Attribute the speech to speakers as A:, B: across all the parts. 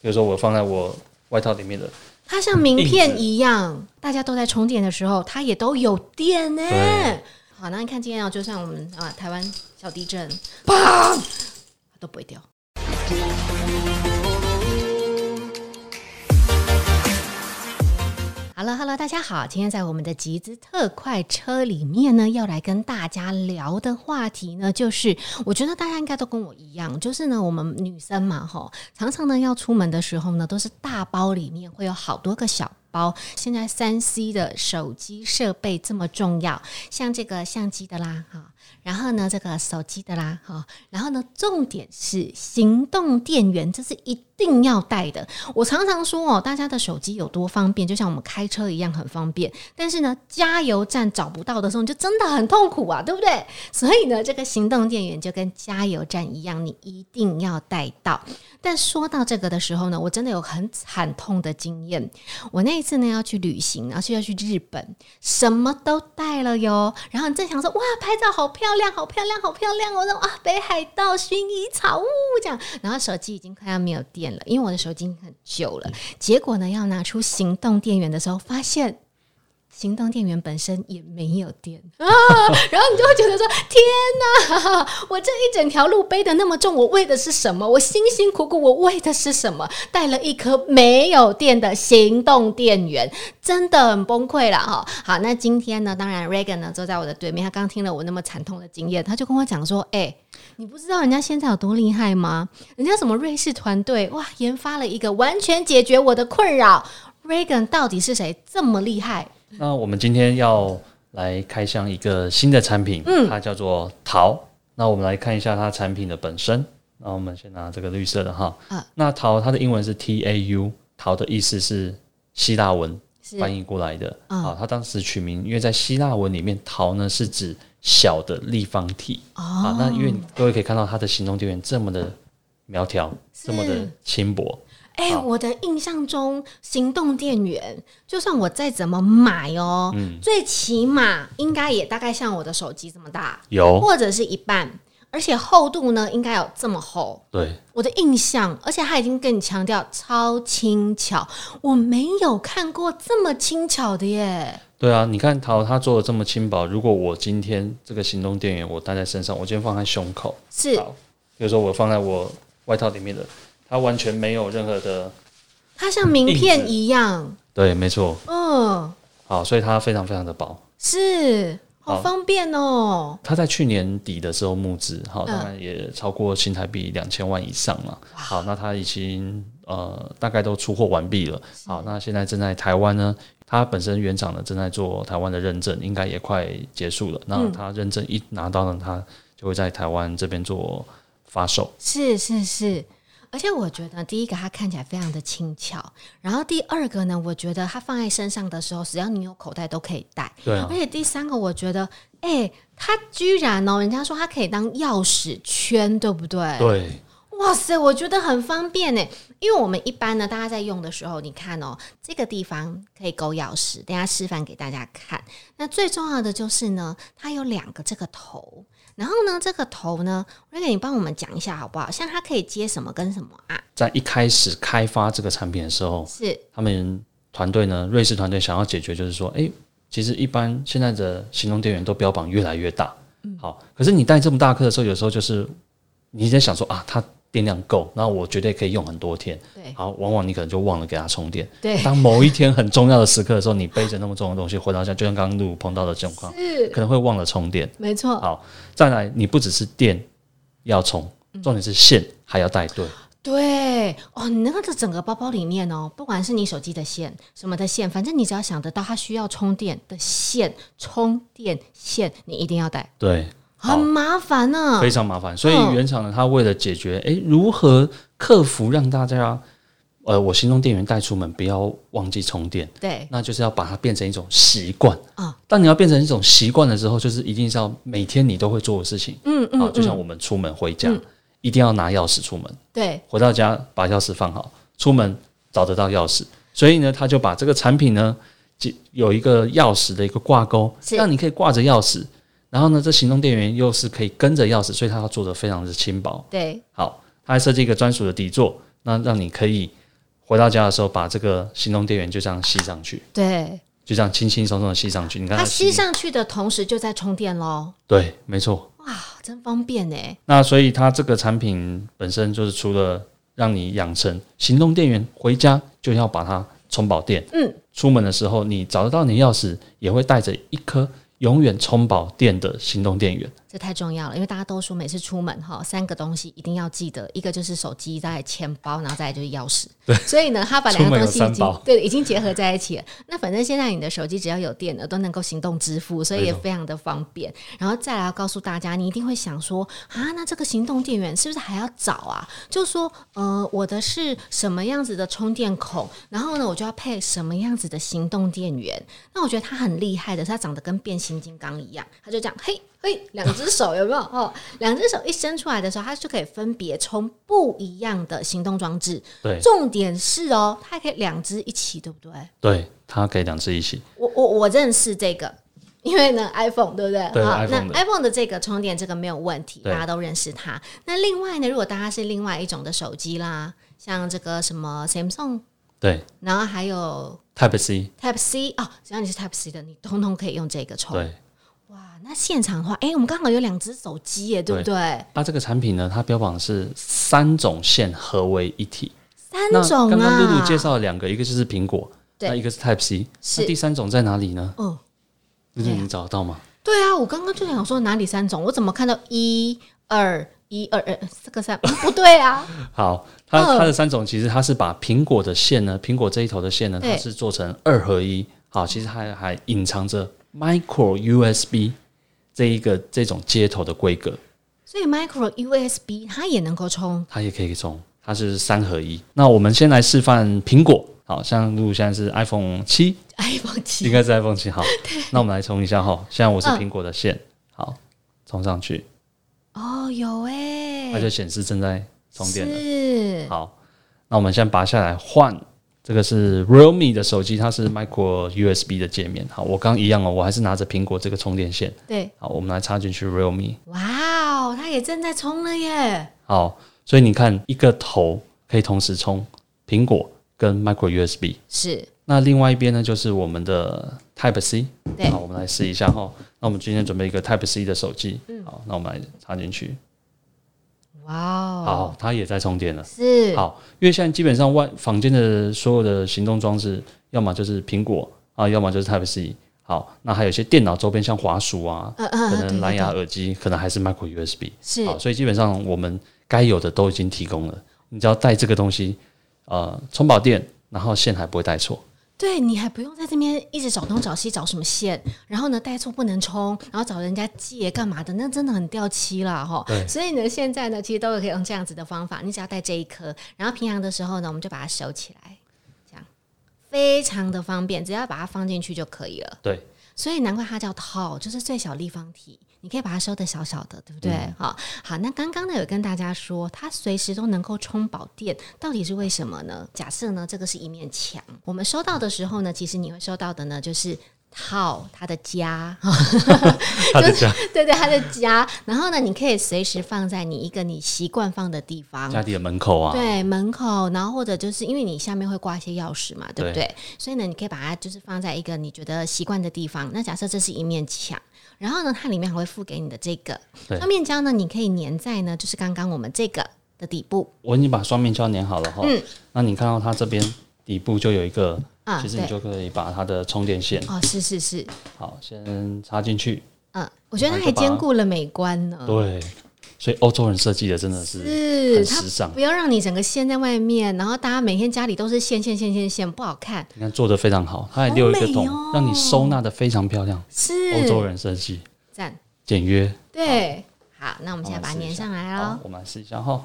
A: 比如说我放在我外套里面的，
B: 它像名片一样，大家都在充电的时候，它也都有电呢、
A: 对
B: 好，那你看今天啊，就像我们啊，台湾小地震，砰，它都不会掉。Hello Hello，大家好，今天在我们的集资特快车里面呢，要来跟大家聊的话题呢，就是我觉得大家应该都跟我一样，就是呢，我们女生嘛，吼，常常呢要出门的时候呢，都是大包里面会有好多个小。包现在三 C 的手机设备这么重要，像这个相机的啦哈，然后呢这个手机的啦哈，然后呢重点是行动电源，这是一定要带的。我常常说哦，大家的手机有多方便，就像我们开车一样很方便，但是呢加油站找不到的时候，你就真的很痛苦啊，对不对？所以呢，这个行动电源就跟加油站一样，你一定要带到。但说到这个的时候呢，我真的有很惨痛的经验。我那一次呢要去旅行，然后就要去日本，什么都带了哟。然后你正想说哇，拍照好漂亮，好漂亮，好漂亮哦！我说哇，北海道薰衣草呜这样，然后手机已经快要没有电了，因为我的手机已经很旧了。结果呢，要拿出行动电源的时候，发现。行动电源本身也没有电啊， 然后你就会觉得说：“天哪，我这一整条路背的那么重，我为的是什么？我辛辛苦苦，我为的是什么？带了一颗没有电的行动电源，真的很崩溃了哈。好，那今天呢，当然 Regan 呢坐在我的对面，他刚听了我那么惨痛的经验，他就跟我讲说：“哎、你不知道人家现在有多厉害吗？人家什么瑞士团队哇，研发了一个完全解决我的困扰。Regan 到底是谁这么厉害？
A: 那我们今天要来开箱一个新的产品，
B: 嗯
A: 它叫做桃。那我们来看一下它产品的本身。那我们先拿这个绿色的哈。
B: 啊
A: 那桃它的英文是 T A U，桃的意思是希腊文
B: 是啊
A: 翻译过来的。好，它当时取名，因为在希腊文里面，桃呢是指小的立方体。
B: 哦
A: 啊，那因为各位可以看到它的行动电源这么的苗条，这么的轻薄。
B: 哎、我的印象中，行动电源，就算我再怎么买哦，最起码应该也大概像我的手机这么大，
A: 有
B: 或者是一半，而且厚度呢，应该有这么厚。
A: 对，
B: 我的印象，而且他已经跟你强调超轻巧，我没有看过这么轻巧的耶。
A: 对啊，你看桃它做的这么轻薄，如果我今天这个行动电源我带在身上，我今天放在胸口，
B: 是，
A: 好，比如说我放在我外套里面的，它完全没有任何的，
B: 它像名
A: 印
B: 片
A: 子
B: 一样，
A: 对，没错，
B: 嗯，
A: 好，所以它非常非常的薄。
B: 是，好
A: 好
B: 方便哦。
A: 它在去年底的时候募资，好，
B: 嗯
A: 当然也超过新台币两千万以上嘛。好，那它已经呃大概都出货完毕了。好，那现在正在台湾呢，它本身原厂呢正在做台湾的认证，应该也快结束了。那它认证一拿到呢，它就会在台湾这边做发售。
B: 是是是，而且我觉得第一个它看起来非常的轻巧，然后第二个呢，我觉得它放在身上的时候，只要你有口袋都可以带。
A: 对啊
B: 而，且第三个，我觉得，哎、它居然哦，人家说它可以当钥匙圈，对不对？
A: 对，
B: 哇塞，我觉得很方便呢，因为我们一般呢，大家在用的时候，你看哦，这个地方可以勾钥匙，等一下示范给大家看。那最重要的就是呢，它有两个这个头，然后呢，这个头呢，我给你帮我们讲一下好不好？像它可以接什么跟什么啊？
A: 在一开始开发这个产品的时候，
B: 是
A: 他们团队呢，瑞士团队想要解决就是说，诶，其实一般现在的行动电源都标榜越来越大，
B: 嗯
A: 好，可是你带这么大颗的时候，有时候就是你在想说啊，它电量够，那我绝对可以用很多天，
B: 对
A: 好，往往你可能就忘了给它充电。
B: 对
A: 当某一天很重要的时刻的时候，你背着那么重的东西回到家，就像刚刚路碰到的状况，
B: 是，
A: 可能会忘了充电。
B: 没错，
A: 好，再来，你不只是电要充，
B: 嗯
A: 重点是线还要带对。
B: 对哦，你那个整个包包里面哦，不管是你手机的线什么的线，反正你只要想得到它需要充电的线，充电线你一定要带，
A: 对，好
B: 很麻烦呢、
A: 非常麻烦。所以
B: 嗯
A: 原厂呢，它为了解决，诶，如何克服让大家，呃，我行动电源带出门不要忘记充电，
B: 对，
A: 那就是要把它变成一种习惯
B: 啊。
A: 当你要变成一种习惯的时候，就是一定是要每天你都会做的事情。
B: 嗯
A: 好，
B: 嗯
A: 就像
B: 嗯，
A: 我们出门回家，一定要拿钥匙出门，
B: 对，
A: 回到家把钥匙放好，出门找得到钥匙。所以呢，他就把这个产品呢，就有一个钥匙的一个挂钩，
B: 是
A: 让你可以挂着钥匙。然后呢，这行动电源又是可以跟着钥匙，所以它要做的非常的轻薄。
B: 对，
A: 好，它还设计一个专属的底座，那让你可以回到家的时候，把这个行动电源就这样吸上去，
B: 对，
A: 就这样轻轻松松的吸上去。你看
B: 它吸
A: 吸，
B: 上去的同时就在充电喽，
A: 对，没错。
B: 哇，真方便哎！
A: 那所以它这个产品本身就是除了让你养成行动电源，回家就要把它充饱电。
B: 嗯，
A: 出门的时候你找得到你的钥匙，也会带着一颗永远充饱电的行动电源。
B: 这太重要了，因为大家都说每次出门哈，三个东西一定要记得，一个就是手机，再来钱包，然后再来就是钥匙。对，所以呢，他把两个东西
A: 出门有三
B: 已经
A: 宝
B: 对已经结合在一起了。那反正现在你的手机只要有电了，都能够行动支付，所以也非常的方便。然后再来要告诉大家，你一定会想说啊，那这个行动电源是不是还要找啊？就说呃，我的是什么样子的充电孔，然后呢，我就要配什么样子的行动电源。那我觉得它很厉害的是，它长得跟变形金刚一样，它就这样嘿。嘿，两只手有没有？哦，两只手一伸出来的时候，它就可以分别充不一样的行动装置。
A: 对
B: 重点是哦，它还可以两只一起，对不对？
A: 对，它可以两只一起。
B: 我我我认识这个，因为呢 iPhone 对不对？
A: 对
B: 好，
A: iPhone 的
B: 那 iPhone 的这个充电这个没有问题，
A: 对
B: 大家都认识它。那另外呢，如果大家是另外一种的手机啦，像这个什么 Samsung，
A: 对
B: 然后还有
A: Type C，
B: Type C 哦，只要你是 Type C 的，你通通可以用这个充。
A: 对。
B: 哇，那现场的话，哎、我们刚好有两只手机耶，对不对？
A: 那这个产品呢，它标榜是三种线合为一体。
B: 三
A: 那
B: 种啊，
A: 刚刚露露介绍了两个，一个就是苹果，
B: 对
A: 那一个是 Type C，
B: 是
A: 那第三种在哪里呢？
B: 嗯，
A: 露露，你找得到吗？
B: 对啊，我刚刚就想说哪里三种，我怎么看到一二一二二这个三、嗯不对啊？
A: 好，它
B: 嗯
A: 它的三种其实它是把苹果的线呢，苹果这一头的线呢，
B: 对
A: 它是做成二合一。好，其实它还还隐藏着 micro USB 这一个这种接头的规格，
B: 所以 micro USB 它也能够充，
A: 它也可以充，它是三合一。那我们先来示范苹果，好像露露现在是 iPhone 七，
B: iPhone
A: 应
B: 七，
A: 该是 iPhone 七。 好，那我们来充一下哈，现在我是
B: 嗯
A: 苹果的线，好，充上去，
B: 哦，有哎、
A: 它就显示正在充电了。
B: 是
A: 好，那我们先拔下来换。这个是 realme 的手机，它是 micro USB 的界面。好，我刚一样哦，我还是拿着苹果这个充电线。
B: 对，
A: 好，我们来插进去 realme。
B: 哇哦，它也正在充了耶，
A: 好，所以你看，一个头可以同时充苹果跟 micro USB。
B: 是
A: 那另外一边呢，就是我们的 Type C。
B: 对
A: 好，我们来试一下哈。那我们今天准备一个 Type C 的手机。好，那我们来插进去。
B: 哇哦，
A: 好，它也在充电了。
B: 是
A: 好，因为现在基本上外房间的所有的行动装置，要么就是苹果啊，要么就是 Type C。好，那还有一些电脑周边，像滑鼠啊，
B: 嗯嗯
A: 可
B: 对对
A: 能蓝牙
B: 对
A: 耳机，可能还是 micro USB。
B: 是
A: 好，所以基本上我们该有的都已经提供了，你只要带这个东西，呃，充饱电，然后线还不会带错。
B: 对，你还不用在这边一直找东找西找什么线，然后呢带错不能充，然后找人家借干嘛的，那真的很掉漆啦哈。
A: 对
B: 所以呢，现在呢其实都可以用这样子的方法，你只要带这一颗，然后平常的时候呢，我们就把它收起来，这样非常的方便，只要把它放进去就可以了。
A: 对，
B: 所以难怪它叫套，就是最小立方体。你可以把它收的小小的，对不对？好、好，那刚刚呢有跟大家说，它随时都能够充饱电，到底是为什么呢？假设呢这个是一面墙，我们收到的时候呢，其实你会收到的呢就是套它的家，
A: 它的家
B: 对对，它的家。然后呢，你可以随时放在你一个你习惯放的地方，
A: 家里的门口啊，
B: 对，门口，然后或者就是因为你下面会挂一些钥匙嘛，对不对？所以呢，你可以把它就是放在一个你觉得习惯的地方。那假设这是一面墙，然后呢，它里面还会附给你的这个
A: 对
B: 双面胶呢，你可以粘在呢，就是刚刚我们这个的底部
A: 我已经把双面胶粘好了哈。那你看到它这边底部就有一个，
B: 嗯啊，
A: 其实你
B: 对，
A: 就可以把它的充电线，
B: 哦，是是是，
A: 好，先插进去。
B: 嗯，我觉得
A: 然后
B: 它还
A: 就把
B: 兼
A: 它
B: 顾了美观呢，
A: 对，所以欧洲人设计的真的是
B: 嗯是
A: 很
B: 它
A: 时尚，
B: 不要让你整个线在外面，然后大家每天家里都是线线线线线，不好看，
A: 你看做的非常好，它还
B: 好
A: 留一个
B: 美
A: 洞，
B: 哦
A: 让你收纳的非常漂亮。
B: 是
A: 欧洲人设计，
B: 赞，
A: 简约。
B: 对。好，那我们现在把它
A: 我们试
B: 粘
A: 一下
B: 上来喽
A: 好。，我们来试一下哈。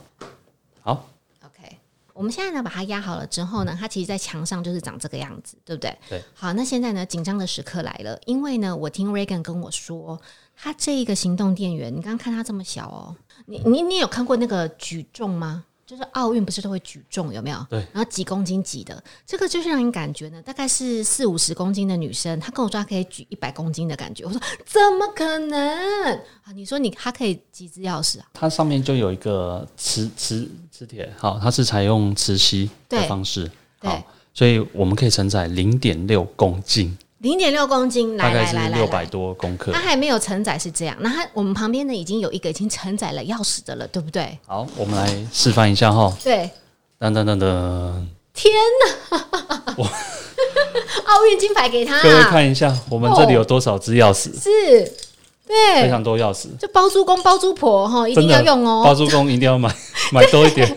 A: 好，
B: OK，我们现在呢把它压好了之后呢，它其实在墙上就是长这个样子，对不对？
A: 对。
B: 好，那现在呢紧张的时刻来了，因为呢我听 Reagan 跟我说，他这一个行动电源，你刚刚看它这么小哦，你你你有看过那个举重吗？就是奥运不是都会举重有没有？
A: 对
B: 然后几公斤几的，这个就是让你感觉呢，大概是四五十公斤的女生，她跟我说她可以举一百公斤的感觉，我说怎么可能啊？你说你她可以几只钥匙啊？
A: 它上面就有一个磁磁磁铁，好，它是采用磁吸的方式，
B: 对
A: 好，所以我们可以承载零点六公斤，
B: 零点六公斤，
A: 大
B: 来
A: 概
B: 来
A: 是
B: 来来啊
A: 六
B: 来
A: 百多公克
B: 它。还没有承载是这样，那它我们旁边呢已经有一个已经承载了钥匙的了，对不对？
A: 好，我们来示范一下哈，
B: 对，
A: 噔噔噔噔，
B: 天 哪！奥运金牌给他、
A: 各位看一下，我们这里有多少只钥匙？
B: 是，
A: 非
B: 对，
A: 常多钥匙，
B: 就包租公包租婆哈，一
A: 真
B: 定要
A: 的
B: 用哦。
A: 包租公一定 要买买多一点。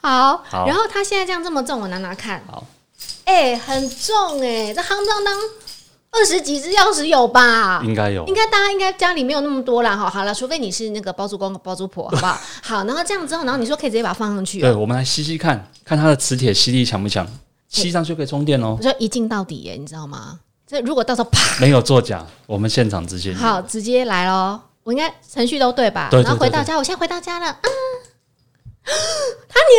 B: 好，
A: 好
B: 然后它现在这样这么重，我拿拿看。
A: 好，
B: 哎、很重哎、这夯当当二十几只钥匙有吧？
A: 应该有
B: 应。该大家应该家里没有那么多啦哈。好了，除非你是那个包租公包租婆，好不 好？好，然后这样之后，然后你说可以直接把它放上去、
A: 对，
B: 哦，
A: 我们来吸吸看，看它的磁铁吸力强不强，吸上去可以充电哦
B: 我，说一镜到底耶、你知道吗？这如果到时候啪，
A: 没有作假，我们现场直接用
B: 好，直接来喽。我应该程序都对吧？
A: 嗯对对
B: 然后回
A: 对对
B: 到家，我现在回到家了啊，它粘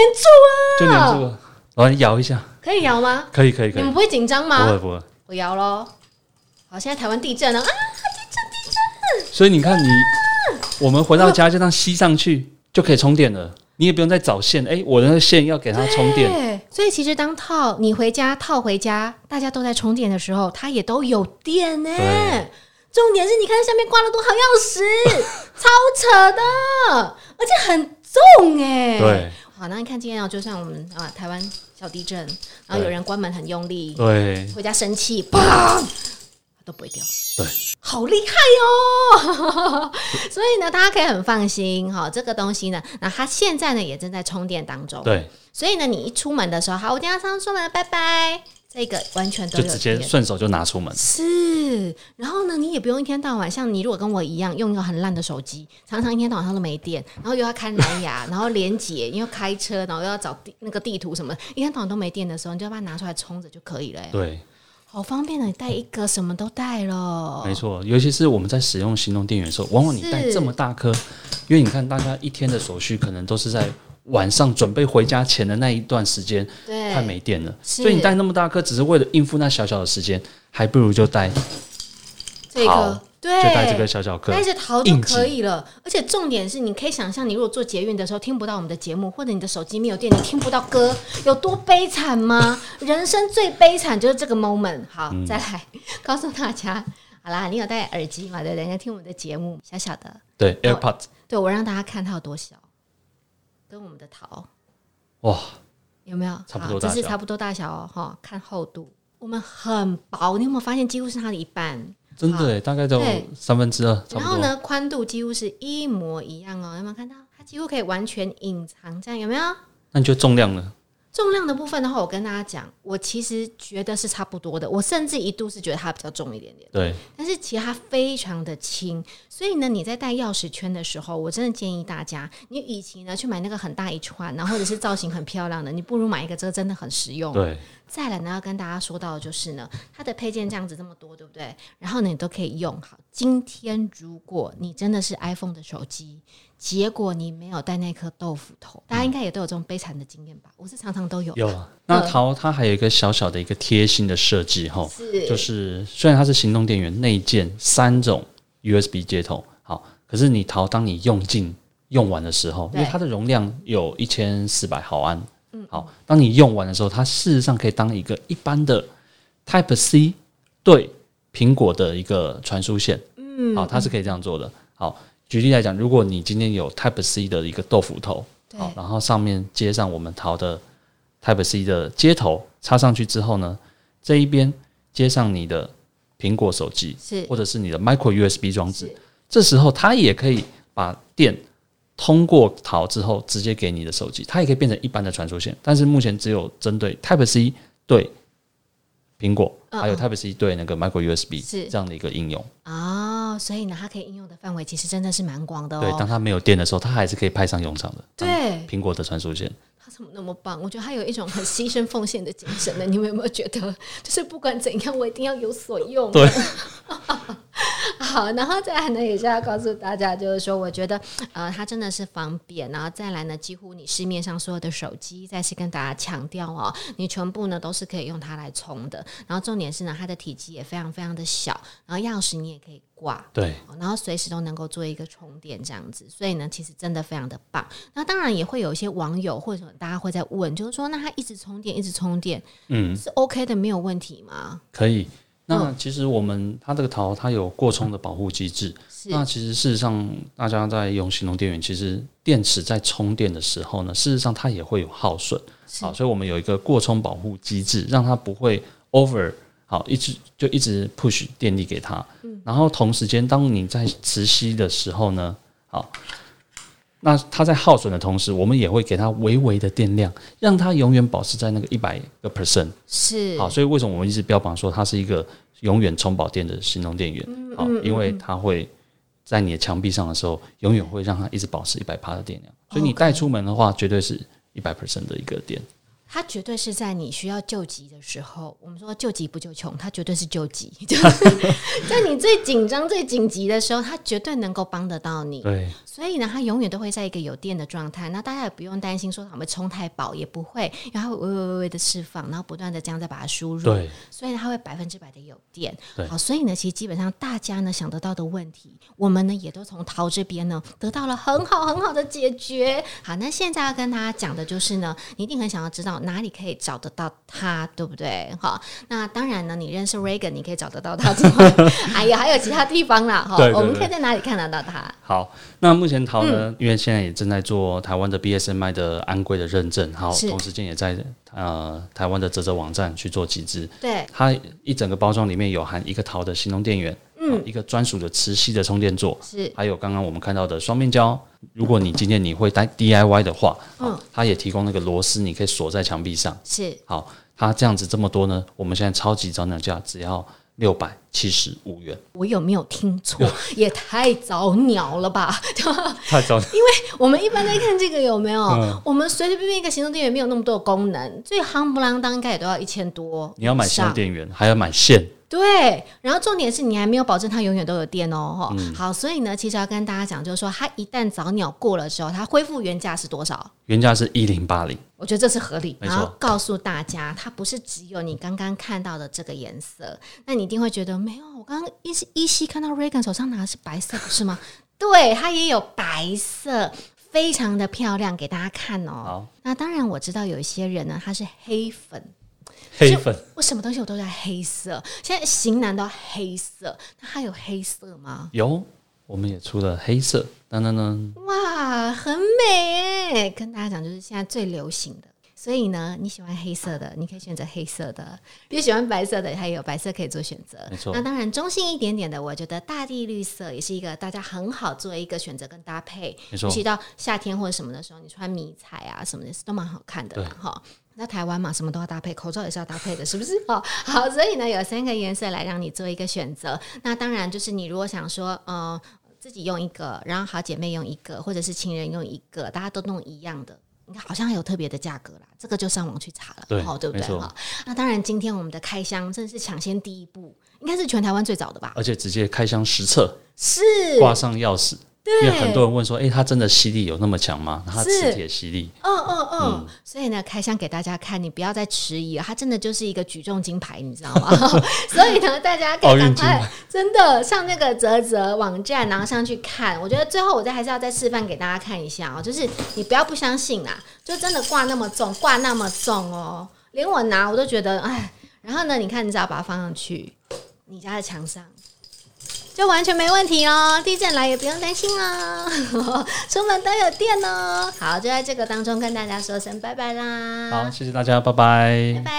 A: 就
B: 住了，
A: 粘住了，然后摇一下，
B: 可以摇吗？
A: 可以可以可
B: 你
A: 以，
B: 们不会紧张
A: 不
B: 吗？
A: 会不会。
B: 我摇喽。好，现在台湾地震了啊！
A: 所以你看你，我们回到家就这样吸上去就可以充电了，你也不用再找线，哎，我那个线要给它充电，
B: 对，所以其实当套你回家套回家，大家都在充电的时候，它也都有电呢、
A: 对
B: 重点是你看下面挂了多少钥 匙，超扯的，而且很重哎、
A: 对，
B: 好，那你看今天啊，就像我们啊台湾小地震，然后有人关门很用力，
A: 对
B: 回家生气，砰，都不会掉。
A: 对，
B: 好厉害哦！ 所以呢，大家可以很放心哈、这个东西呢，那它现在呢也正在充电当中。
A: 对，
B: 所以呢，你一出门的时候，好，我等一下上出门了，拜拜。这个完全都
A: 就
B: 有
A: 直接
B: 贴
A: 顺手就拿出门，
B: 是，然后呢，你也不用一天到晚像你如果跟我一样用一个很烂的手机，常常一天到晚上都没电，然后又要开蓝牙，然后连接，又要开车，然后又要找地那个地图什么，一天到晚都没电的时候，你就把它拿出来充着就可以了、欸，
A: 对，
B: 好方便的，你带一个什么都带了，
A: 没错，尤其是我们在使用行动电源的时候，往往你带
B: 是
A: 这么大颗，因为你看大家一天的所需可能都是在晚上准备回家前的那一段时间，
B: 对，
A: 快没电了，
B: 是
A: 所以你带那么大颗，只是为了应付那小小的时间，还不如就带就
B: 这个
A: 好
B: 对，
A: 带这个小小颗
B: 带，着逃就
A: 应急
B: 可以了。而且重点是，你可以想象，你如果做捷运的时候听不到我们的节目，或者你的手机没有电，你听不到歌，有多悲 惨吗？人生最悲惨就是这个 moment。好，
A: 嗯
B: 再来告诉大家，好啦，你有戴耳机嘛？对不对？你在听我们的节目，小小的，
A: 对 AirPods，
B: 对我让大家看它有多小，跟我们的桃
A: 哇，
B: 有没有？
A: 差不
B: 好
A: 多
B: 这
A: 大
B: 是
A: 小
B: 差不多大小哦，哈，看厚度。我们很薄，你有没有发现几乎是它的一半？
A: 真的耶大概都
B: 对
A: 三分之二，差
B: 然
A: 不
B: 后
A: 多，
B: 呢，宽度几乎是一模一样哦，有没有看到？它几乎可以完全隐藏，这样有没有？
A: 那你就重量了，
B: 重量的部分的话，我跟大家讲，我其实觉得是差不多的，我甚至一度是觉得它比较重一点点，
A: 对，
B: 但是其实它非常的轻，所以呢，你在戴钥匙圈的时候，我真的建议大家，你与其呢去买那个很大一串，然后或者是造型很漂亮的，你不如买一个这个真的很实用。
A: 对，
B: 再来呢，要跟大家说到的就是呢，它的配件这样子这么多，对不对？然后呢，你都可以用好。今天如果你真的是 iPhone 的手机，结果你没有带那颗豆腐头，大家应该也都有这种悲惨的经验吧？我是常常都有，
A: 有啊。那桃它还有一个小小的一个贴心的设计哈，
B: 是
A: 就是虽然它是行动电源内建三种 USB 接头，好，可是你淘当你用尽用完的时候，因为
B: 对嗯
A: 它的容量有一千四百毫安，好，当你用完的时候，它事实上可以当一个一般的 Type C 对苹果的一个传输线，嗯，好，它是可以这样做的。好，举例来讲，如果你今天有 Type C 的一个豆腐头，
B: 对
A: 哦好，然后上面接上我们淘的 Type C 的接头，插上去之后呢，这一边接上你的苹果手机
B: 是
A: 或者是你的 Micro USB 装置
B: 是，
A: 这时候它也可以把电通过淘之后直接给你的手机，它也可以变成一般的传输线，但是目前只有针对 Type C 对苹果，
B: 嗯
A: 还有
B: 嗯
A: Type C 对那个 Micro USB
B: 是
A: 这样的一个应用。
B: 哦，所以呢，它可以应用的范围其实真的是蛮广的
A: 对，
B: 哦
A: 当。它没有电的时候，它还是可以派上用场的。当
B: 对，
A: 苹果的传输线，
B: 他怎么那么棒？我觉得他有一种很牺牲奉献的精神呢。你们有没有觉得？就是不管怎样，我一定要有所用。
A: 对，
B: 好，然后再来呢，也是要告诉大家，就是说，我觉得呃，它真的是方便，然后再来呢，几乎你市面上所有的手机，再次跟大家强调哦，你全部呢都是可以用它来充的。然后重点是呢，它的体积也非常非常的小，然后钥匙你也可以挂，
A: 对，
B: 哦然后随时都能够做一个充电这样子，所以呢，其实真的非常的棒。那当然也会有一些网友或者大家会在问，就是说，那它一直充电，一直充电
A: 嗯，
B: 是 OK 的，没有问题吗？
A: 可以。
B: 嗯
A: 那其实我们它这个陶它有过充的保护机制，
B: 是
A: 那其实事实上大家在用行动电源，其实电池在充电的时候呢，事实上它也会有耗损，
B: 是
A: 好，所以我们有一个过充保护机制，让它不会 over。好，一直就一直 push 电力给它，
B: 嗯
A: 然后同时间，当你在磁吸的时候呢，好，那它在耗损的同时，我们也会给它微微的电量，让它永远保持在那个一百个 percent。
B: 是，
A: 好，所以为什么我们一直标榜说它是一个永远充饱电的行动电源？好，嗯因为它会在你的墙壁上的时候，永远会让它一直保持一百帕的电量，所以你带出门的话，绝对是一百 percent 的一个电。
B: 它绝对是在你需要救急的时候，我们说救急不救穷，它绝对是救急， 就是在你最紧张、最紧急的时候，它绝对能够帮得到你。
A: 对，
B: 所以呢，它永远都会在一个有电的状态。那大家也不用担心说它会充太饱，也不会，然后微微微微的释放，然后不断的这样再把它输入。
A: 对，
B: 所以它会百分之百的有电
A: 对。
B: 好，所以呢，其实基本上大家呢想得到的问题，我们呢也都从陶这边呢得到了很好很好的解决。好，那现在要跟大家讲的就是呢，你一定很想要知道哪里可以找得到它，对不对？好，那当然呢，你认识 Reagan，你可以找得到他之外， 哎呀，还有其他地方啦。哈，
A: 对对对
B: 我们可以在哪里看得到它？
A: 好，那目前陶呢，因为现在也正在做台湾的 BSMI 的安规的认证，好，
B: 是
A: 同时间也在呃台湾的泽泽网站去做集资，
B: 对，
A: 它一整个包装里面有含一个陶的行动电源，嗯，一个专属的磁吸的充电座，
B: 是
A: 还有刚刚我们看到的双面胶。如果你今天你会带 DIY 的话，嗯，它也提供那个螺丝，你可以锁在墙壁上。
B: 是，
A: 好，它这样子这么多呢，我们现在超级早鸟价只要六百七十五元，
B: 我有没有 听错？也太早鸟了吧？
A: 太早
B: 我们一般在看这个有没有？
A: 嗯
B: 我们随随便便一个行动电源没有那么多的功能，最夯不啷当应该也都要一千多。
A: 你要买新的电源，还要买线，
B: 对，然后重点是你还没有保证它永远都有电哦。哈、
A: 嗯
B: 好，所以呢，其实要跟大家讲，就是说它一旦早鸟过了之后，它恢复原价是多少？
A: 原价是一零八零。
B: 我觉得这是合理。
A: 没
B: 然
A: 错
B: 后告诉大家，它不是只有你刚刚看到的这个颜色，那你一定会觉得没有。我刚刚依稀依稀看到 Reagan 手上拿的是白色，不是 吗？对，它也有白色。非常的漂亮，给大家看哦
A: 好。
B: 那当然，我知道有一些人呢，他是黑粉，
A: 黑粉
B: 我什么东西我都在黑色。现在型男都要黑色，那他有黑色吗？
A: 有，我们也出了黑色，当当当，
B: 哇，很美哎！跟大家讲，就是现在最流行的。所以呢，你喜欢黑色的，你可以选择黑色的；也喜欢白色的，它也有白色可以做选择。
A: 没错
B: 那当然，中性一点点的，我觉得大地绿色也是一个大家很好做一个选择跟搭配。
A: 没错
B: 尤其到夏天或者什么的时候，你穿迷彩啊什么的，都蛮好看的啦哈。那台湾嘛，什么都要搭配，口罩也是要搭配的，是不 是？哦，好，所以呢，有三个颜色来让你做一个选择。那当然，就是你如果想说，呃，自己用一个，然后好姐妹用一个，或者是情人用一个，大家都弄一样的。你看，好像还有特别的价格啦，这个就上网去查了，
A: 对
B: 哦，对不
A: 没
B: 对？
A: 错
B: 哈，那当然，今天我们的开箱真的是抢先第一步，应该是全台湾最早的吧？
A: 而且直接开箱实测，
B: 是，
A: 挂上钥匙。因为
B: 对，
A: 很多人问说，诶，它真的吸力有那么强吗？它
B: 是
A: 磁铁吸力，
B: 嗯嗯嗯，所以呢，开箱给大家看，你不要再迟疑了，它真的就是一个举重金牌，你知 道吗？所以呢，大家可
A: 奥
B: 以
A: 运
B: 赶
A: 金
B: 快真的上那个泽泽网站，然后上去看。我觉得最后我再还是要再示范给大家看一下哦，就是你不要不相信啦，就真的挂那么重，挂那么重哦，连我拿我都觉得哎。然后呢，你看，你只要把它放上去你家的墙上。就完全没问题哦，地震来也不用担心哦， 出门都有电哦。好，就在这个当中跟大家说声拜拜啦，
A: 好，谢谢大家，拜拜
B: 拜拜。